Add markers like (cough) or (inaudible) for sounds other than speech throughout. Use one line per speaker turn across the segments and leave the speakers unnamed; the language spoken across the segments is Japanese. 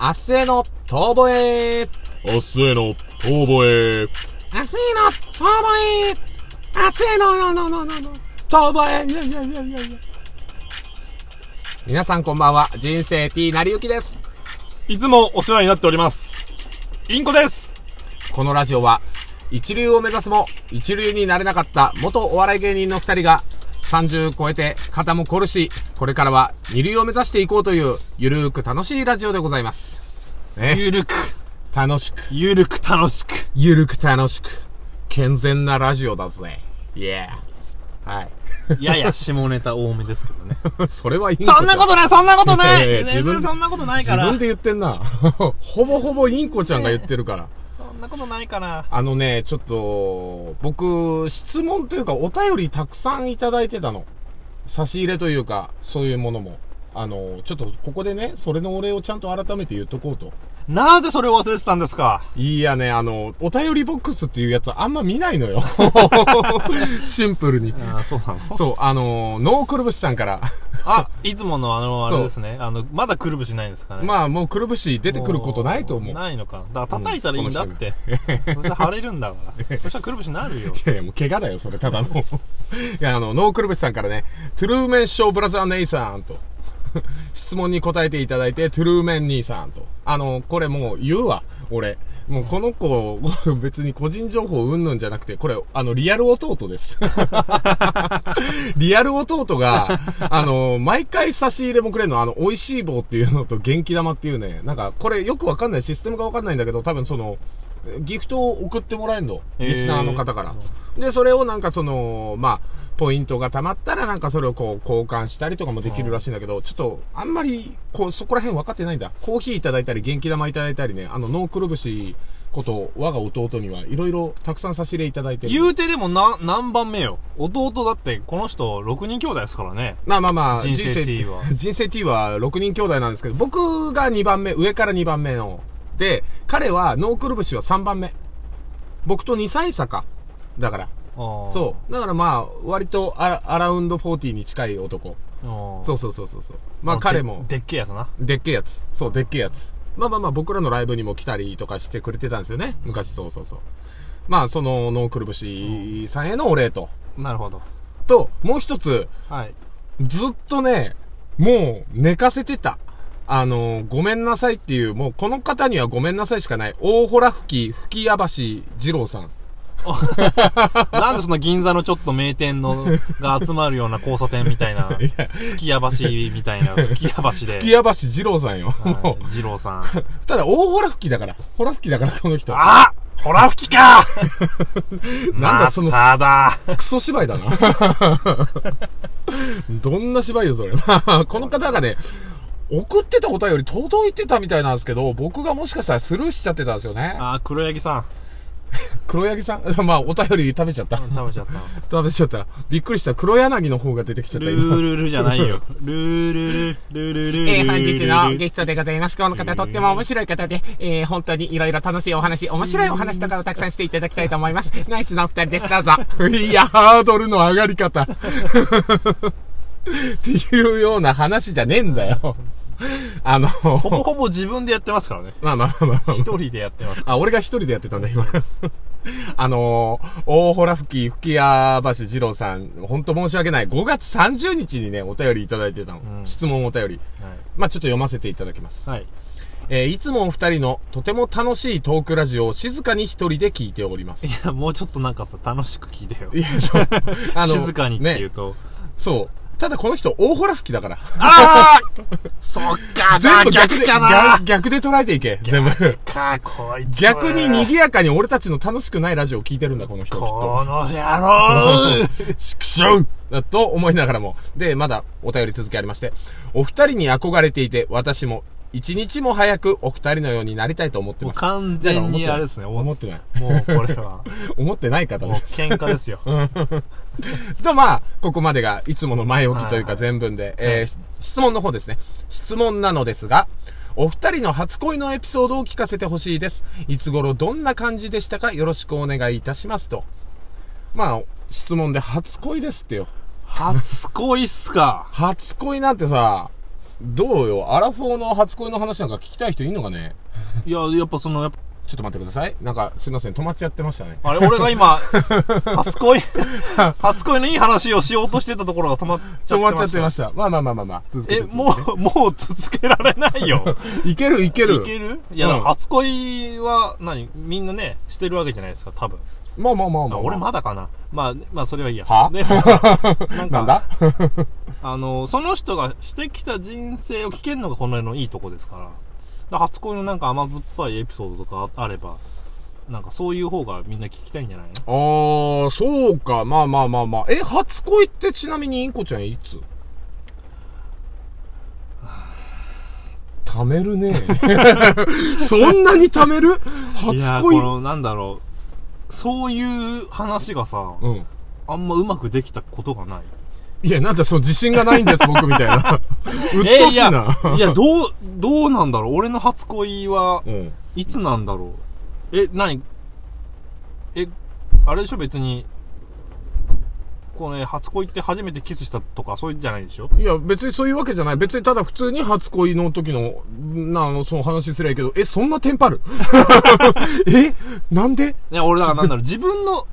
明日への遠吠え
明日への遠吠え。
明日への遠吠え明日への、の、の、の、の、遠吠えいやいやいやいやいや皆さんこんばんは、人生 T なりゆきです。
いつもお世話になっております。インコです。
このラジオは、一流を目指すも、一流になれなかった元お笑い芸人の二人が、30超えて肩も凝るし、これからは二流を目指していこうという、ゆるーく楽しいラジオでございます。ね、
ゆるく、
楽しく、
ゆるく楽しく。
ゆるく楽しく、健全なラジオだぜ。イエー。はい。 (laughs)
やや下ネタ多めですけどね。
それはいいこ
(laughs) そんなことないそんなこと
い
ない
やいやいや自
全
分
然そんなことないか
自
ら
分。で言ってんな。 (laughs) ほぼほぼインコちゃんが言ってるから。
そんなことないから。
あのね、ちょっと、僕、質問というかお便りたくさんいただいてたの。差し入れというか、そういうものも。あの、ちょっとここでね、それのお礼をちゃんと改めて言っとこうと。
なぜそれを忘れてたんですか
いやね、あの、お便りボックスっていうやつあんま見ないのよ。 (laughs) シンプルに。
ああ、そうなの
そう、あの、ノークルブシさんから。
あ、いつものあの、あ
そ
れ
う
ですね。あの、まだくるぶしないんですかね。
まあ、もうくるぶし出てくることないと思う。
ないのか。だから叩いたらいいんだって。そしたら腫れるんだから。そしたらくるぶしになるよ。
いやいや、もう怪我だよ、それ、ただの。 (laughs) いや、あの、ノークルブシさんからね、トゥルーメンショーブラザーネイさんと、 (laughs) 質問に答えていただいて、トゥルーメン兄さんと。あの、これもう言うわ、俺。もうこの子、 (laughs) 別に個人情報うんぬんじゃなくて、これ、あの、リアル弟です。 (laughs) リアル弟が、あの、毎回差し入れもくれるの、あの、美味しい棒っていうのと元気玉っていうね、なんか、これよくわかんない、システムがわかんないんだけど、多分その、ギフトを送ってもらえるの。
へー
リスナーの方から。で、それをなんかその、まあ、ポイントが溜まったらなんかそれをこう交換したりとかもできるらしいんだけど、ちょっとあんまり、こう、そこら辺分かってないんだ。コーヒーいただいたり、元気玉いただいたりね、あの、ノークルブシこと、我が弟にはいろいろたくさん差し入れいただいてる。
言うてでもな、何番目よ。弟だって、この人、6人兄弟ですからね。
まあまあまあ、
人生 T は
人生 (laughs) T は6人兄弟なんですけど、僕が2番目、上から2番目の。で、彼は、ノークルブシは3番目。僕と2歳差か。だから。
そ
そう。だからまあ、割とアラアラウンド40に近い男。
う。そ
そうそうそうそうそう。まあ彼も、
でっけえやつな。
でっけえやつ。そう、でっけえやつ。まあまあまあ、僕らのライブにも来たりとかしてくれてたんですよね。昔、そうそうそう。まあ、その、ノークルブシさんへのお礼と。
なるほど。
と、もう一つ、
はい。
ずっとね、もう寝かせてた。あの、ごめんなさいっていう、もうこの方にはごめんなさいしかない。大洞吹き、吹き矢橋二郎さん。
なんでそんな銀座のちょっと名店の、が集まるような交差点みたいな、吹き矢橋みたいな、吹き矢橋
(laughs)
で。
吹き矢橋二郎さんよ。 (laughs) も
はい二郎さん。
う、ただ大洞吹きだから。ほら吹きだから、この人。
あほら吹き (laughs) か
なんだその
ただ。
クソ芝居だな。 (laughs) どんな芝居よ、それ。 (laughs) まあこの方がね、送ってたお便り届いてたみたいなんですけど、僕がもしかしたらスルーしちゃってたんですよね。
あー、黒柳さん。
黒柳さん (laughs) まあ、お便り食べちゃった。
食べちゃった。
食べちゃった。びっくりした。黒柳の方が出てきちゃった、
ル
今。
ールルじゃないよ。ルールル、ルールルル。
えー本日のゲストでございます。この方とっても面白い方で、えー本当にいろいろ楽しいお話、面白いお話とかをたくさんしていただきたいと思います。ナイツのお二人です。どうぞ。
(laughs) いや、ハードルの上がり方。 (laughs) っていうような話じゃねえんだよ。あの、
ほぼほぼ自分でやってますからね。
まあまあまあまあ。
一人でやってます。
あ、俺が一人でやってたんだ、今。 (laughs) あのー、大洞吹き、吹屋橋二郎さん、ほんと申し訳ない。5月30日にね、お便りいただいてたの。質問お便り。まあ、ちょっと読ませていただきます。
はい。
えーいつもお二人のとても楽しいトークラジオを静かに一人で聞いております。
いや、もうちょっとなんかさ、楽しく聞いてよ
い。や、そう。あ
(laughs) 静かにって言
ね
う。と。
そう。ただこの人、大洞吹きだから。
ああそっか、
全部逆
逆
で、
か
逆
な
逆で捉えていけ。全部。
か、こいつ。
逆に賑やかに俺たちの楽しくないラジオを聞いてるんだ、この人、きっと。
この野郎ちくしょう
だと思いながらも。で、まだお便り続きありまして、お二人に憧れていて、私も一日も早くお二人のようになりたいと思って
もう
ます。
完全にあれですね、
思
も
ってない。
うもうこれ
(laughs)
は。
思ってない方
もう
です。
喧嘩ですよ。
と、まあ、ここまでがいつもの前置きという
はいは
か
い
全文で、えー質問の方ですね。質問なのですが、お二人の初恋のエピソードを聞かせてほしいです。いつ頃どんな感じでしたかよろしくお願いいたしますと。まあ、質問で初恋ですってよ。
初恋っすか。
初恋なんてさ、どうよ、アラフォーの初恋の話なんか聞きたい人いんのかね
いや、やっぱその、やっぱ、
ちょっと待ってください。なんか、すいません、止まっちゃってましたね。
あれ、俺が今、 (laughs) 初
(laughs)
恋、初恋のいい話をしようとしてたところが止まっちゃ
止
って
ま
ま
っちゃっ
してた。
ました。まあまあまあまあまあ。続けて
え、もう、もう続けられないよ。
う、いけるいける
い。けるいや、
うん
だから初恋は何、みんなね、してるわけじゃないですか、多分。
まあまあまあま
あ
あ。
俺まだかな。まあ、まあ、それはいいや。
は
で、な
(laughs)
ん
なん
か、
だ
あの、その人がしてきた人生を聞けるのがこの絵のいいとこですから。だから初恋のなんか甘酸っぱいエピソードとかああれば、なんかそういう方がみんな聞きたいんじゃないの
あー、そうか。まあまあまあまあ。え、初恋ってちなみにインコちゃんいつ貯めるね。 (laughs) そんなに貯める
いや
初
ーこ
恋
の、なんだろう。そういう話がさ、
うん。
あんまうまくできたことがない。
いや、なんだ、その自信がないん
(laughs)
です、僕みたいな。うっ
え
と
ー
う
い
し
や
いな。、
いや、どう、どうなんだろう。俺の初恋は、
うん。
いつなんだろう。え、なに、え、あれでしょ別に、これ、初恋って初めてキスしたとか、そういうんじゃないでしょ
いや、別にそういうわけじゃない。別にただ普通に初恋の時の、な、あの、その話すりゃいいけど、え、そんなテンパ
(laughs)
るえなんで
いや、俺だからなんだろう、自分の、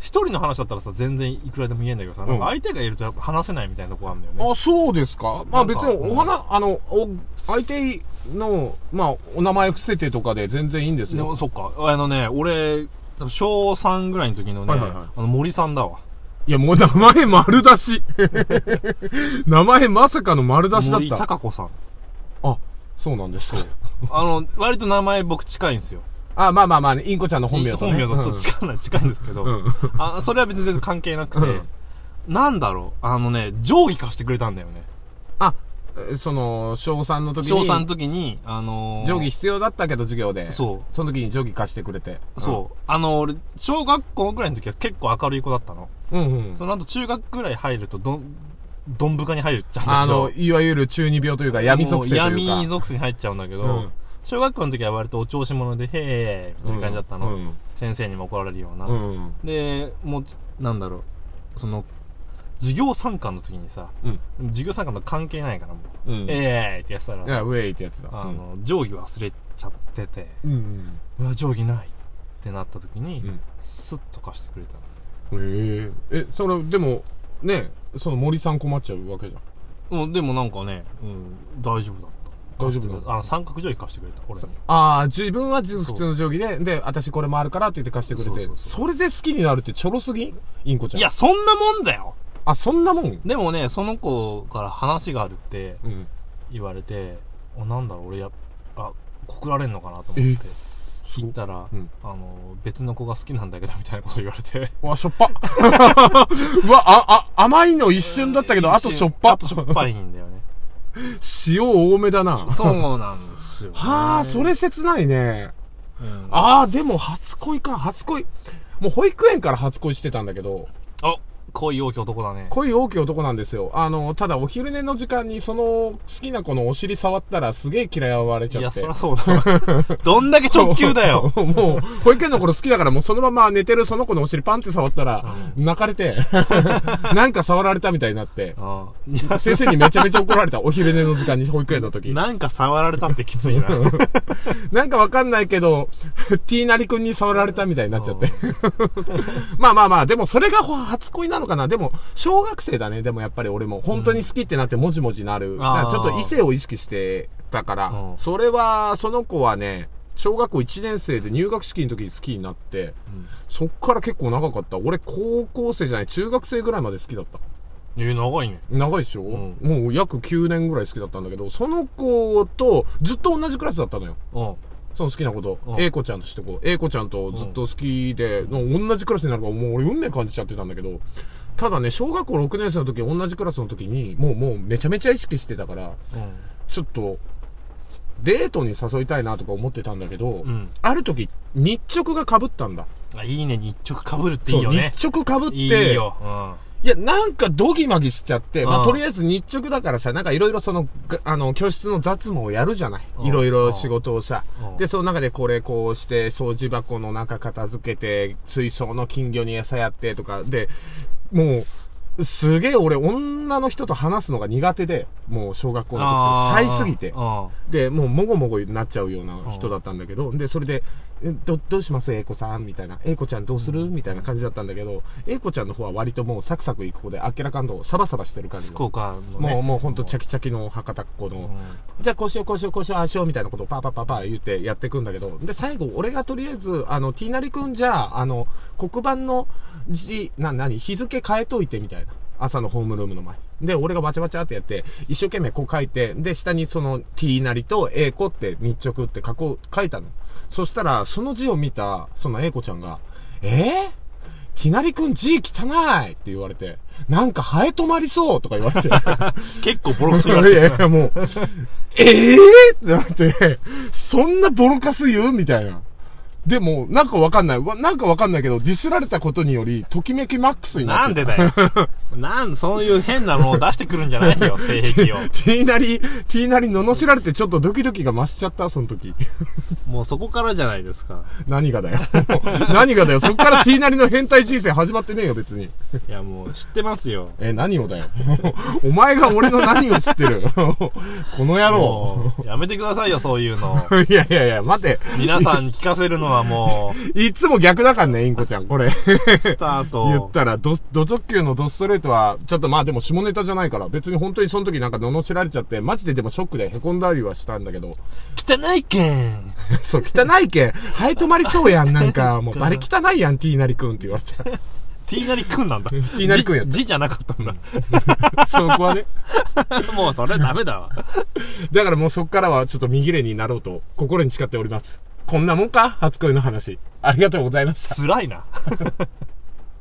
一人の話だったらさ、全然いくらでも言えんだけどさ、なんか相手がいるとやっぱ話せないみたいなとこあるんだよね。
あ、そうですかまあ
なん
別
か
にお花、あの、お、相手の、まあ、お名前伏せてとかで全然いいんです
で
よ。
もそっか。あのね、俺、多分小3ぐらいの時のね、
はいはいはい
あの森さんだわ。
いや、もう名前丸出し。 (laughs) 名前まさかの丸出しだっ
森
た。
高子さん。
あ、そうなんですか。
あの、割と名前僕近いんですよ。
あ、まあまあまあ、ね、インコちゃんの本名と、ね。
本名がちょっと
うん
近い、近いんですけど、
ん
あ、それは別に全然関係なくて、なんだろう、あのね、定規貸してくれたんだよね。
あ、えその、小3の時に。
小3の時に、あのー
定規必要だったけど、授業で。。
そう
その時に定規貸してくれて。
そう。あの、俺、小学校ぐらいの時は結構明るい子だったの。
うん。うんうん。
その後中学ぐらい入ると、どん、どんぶかに入るじゃん。
あの、いわゆる中二病というか、闇属性というか。
も闇属性に入っちゃうんだけど、
うん
小学校の時は割とお調子者で、へーみたいな感じだったの。
うん
先生にも怒られるような。
うん。うん。
で、もう、なんだろう、その、授業参観の時にさ、
うん
授業参観と関係ないからもう、
うん。
えーってやってたら、
いや、ウェイってやってた。
あの、定規忘れちゃってて、
うん、うん。
うわ、定規ないってなった時に、
うん
スッと貸してくれたの。
えええ、それ、でも、ね、その森さん困っちゃうわけじゃん。
うん、でもなんかね、うん、大丈夫だった。
大丈夫だった
貸してくれたあの、三角定規貸してくれた、俺に。
ああ、自分は自普通の定規で、で、私これもあるからって言って貸してくれて。そ
そうそうそ
れで好きになるってちょろすぎんインコちゃん。
いや、、そんなもんだよ
あ、そんなもん
でもね、その子から話があるって
うん。
言われて、あなんだろう、俺や、あ、告られんのかなと思って
え、
聞いたら、
うん
あの、別の子が好きなんだけど、みたいなこと言われて。
うわ、しょっぱ。 (laughs) うわ、あ、あ、甘いの一瞬だったけど、あとしょっぱ。
あとしょっぱいんだよね。
塩多めだな。
そうなんですよ、ね。
はあ、それ切ないね。
うん
ああ、でも初恋か、初恋。もう保育園から初恋してたんだけど、
あ、恋多き男だね。
恋多き男なんですよ。あの、ただお昼寝の時間にその好きな子のお尻触ったらすげえ嫌われち
い
ゃ
や、
って
そり。ゃそうだわ。
(laughs)
どんだけ直球だよ。
もう、保育園の頃好きだからもうそのまま寝てるその子のお尻パンって触ったら、泣かれて、 (laughs) なんか触られたみたいになって、
あいや
先生にめちゃめちゃ怒られた、お昼寝の時間に保育園の時。
なんか触られたってきついな。
なんかわかんないけど、T (laughs) なりくんに触られたみたいになっちゃって。 (laughs) まあまあまあ、でもそれが初恋なのかな。でも、小学生だね。でもやっぱり俺も、本当に好きってなってもじもじなる。だ
あー
からちょっと異性を意識してたから
う、ん
それは、その子はね、小学校1年生で入学式の時に好きになって、そっから結構長かった。俺高校生じゃない、中学生ぐらいまで好きだった。
え、長いね。
長いでしょ、
ん
もう約9年ぐらい好きだったんだけど、その子とずっと同じクラスだったのよ。
うん。
その好きなこと
う、ん
英子ちゃんとしてこう、英子ちゃんとずっと好きで、の同じクラスになるから、もう俺運命感じちゃってたんだけど、ただね、小学校6年生の時、同じクラスの時に、もうもうめちゃめちゃ意識してたから、ちょっと、デートに誘いたいなとか思ってたんだけど、
ん
ある時、日直が被ったんだ。
うん。あいいね、日直被るっていいよね。
そう日直被って、
いいよ。うん。
いや、なんかドギマギしちゃって、ま
う
あ、
ん
とりあえず日直だからさ、なんかいろいろその、があの、教室の雑務をやるじゃない
うん
いろいろ仕事をさ
う。ん
で、その中でこれこうして、掃除箱の中片付けて、水槽の金魚に餌やってとか、で、もう、すげえ俺女の人と話すのが苦手で、もう小学校の時からシャイすぎて。
あ
で、もうもごもごになっちゃうような人だったんだけど、で、それで、えど、どうします ?A 子さんみたいな。A 子ちゃんどうするみたいな感じだったんだけど、A 子ちゃんの方は割ともうサクサクいく子で、明らかんとサバサバしてる感じの
福岡のね。
もう、もうほんとチャキチャキの博多っ子の、じゃあこうしようこうしようこうしよう、ああしようみたいなことをパーパーパーパー言ってやってくんだけど、で、最後、俺がとりあえず、あの、ティーナリくんじゃあ、あの、黒板の字、な、なに、日付変えといてみたいな。朝のホームルームの前。で、俺がバチャバチャってやって、一生懸命こう書いて、で、下にその、T なりと A 子って密着って書こう、書いたの。そしたら、その字を見た、その A 子ちゃんが、えー、きなりくん字汚いって言われて、なんかハエ止まりそうとか言われて。
結構ボロクソ
い
言わ
や
れ
(laughs) い
て
やいや、もう、ええー、ってなって、そんなボロカス言うみたいな。でも、なんかわかんない。わなんかわかんないけど、ディスられたことにより、ときめきマックスになっ
な
て
んでだよ。 (laughs) なん、そういう変なのを出してくるんじゃないよ、性癖を。
T なり、T なり罵られてちょっとドキドキが増しちゃった、その時。
もうそこからじゃないですか。
何がだよ。 (laughs) 何がだよ。そっから T なりの変態人生始まってねえよ、別に。
いや、もう知ってますよ。
え、何をだよ。 (laughs) お前が俺の何を知ってる (laughs) この野郎。
もう、やめてくださいよ、そういうの。
いやいやいや、待て。
皆さんに聞かせるのはも
(laughs) いつも逆だからね、インコちゃん、これ。
う、スター
言っ
ト。
たら、ド、ド直球のドストレートは、ちょっとまあでも下ネタじゃないから、別に本当にその時なんか罵られちゃって、マジででもショックで凹んだりはしたんだけ (laughs) ど、
汚い
(laughs)
けん。
そう、汚いけん、ハエ止まりそうやん、なん (laughs) か、もうバレ汚いやん、T なりくんって言われ
T なりくんなんだ。T
なりくんやった
字じゃなかったんだ。 (laughs)
た。 (laughs) そこはね。
もうそれダメだわ。
だからもうそっからはちょっと見切れになろうと、心に誓っております。こんなもんか初恋の話。ありがとうございました。
辛いな。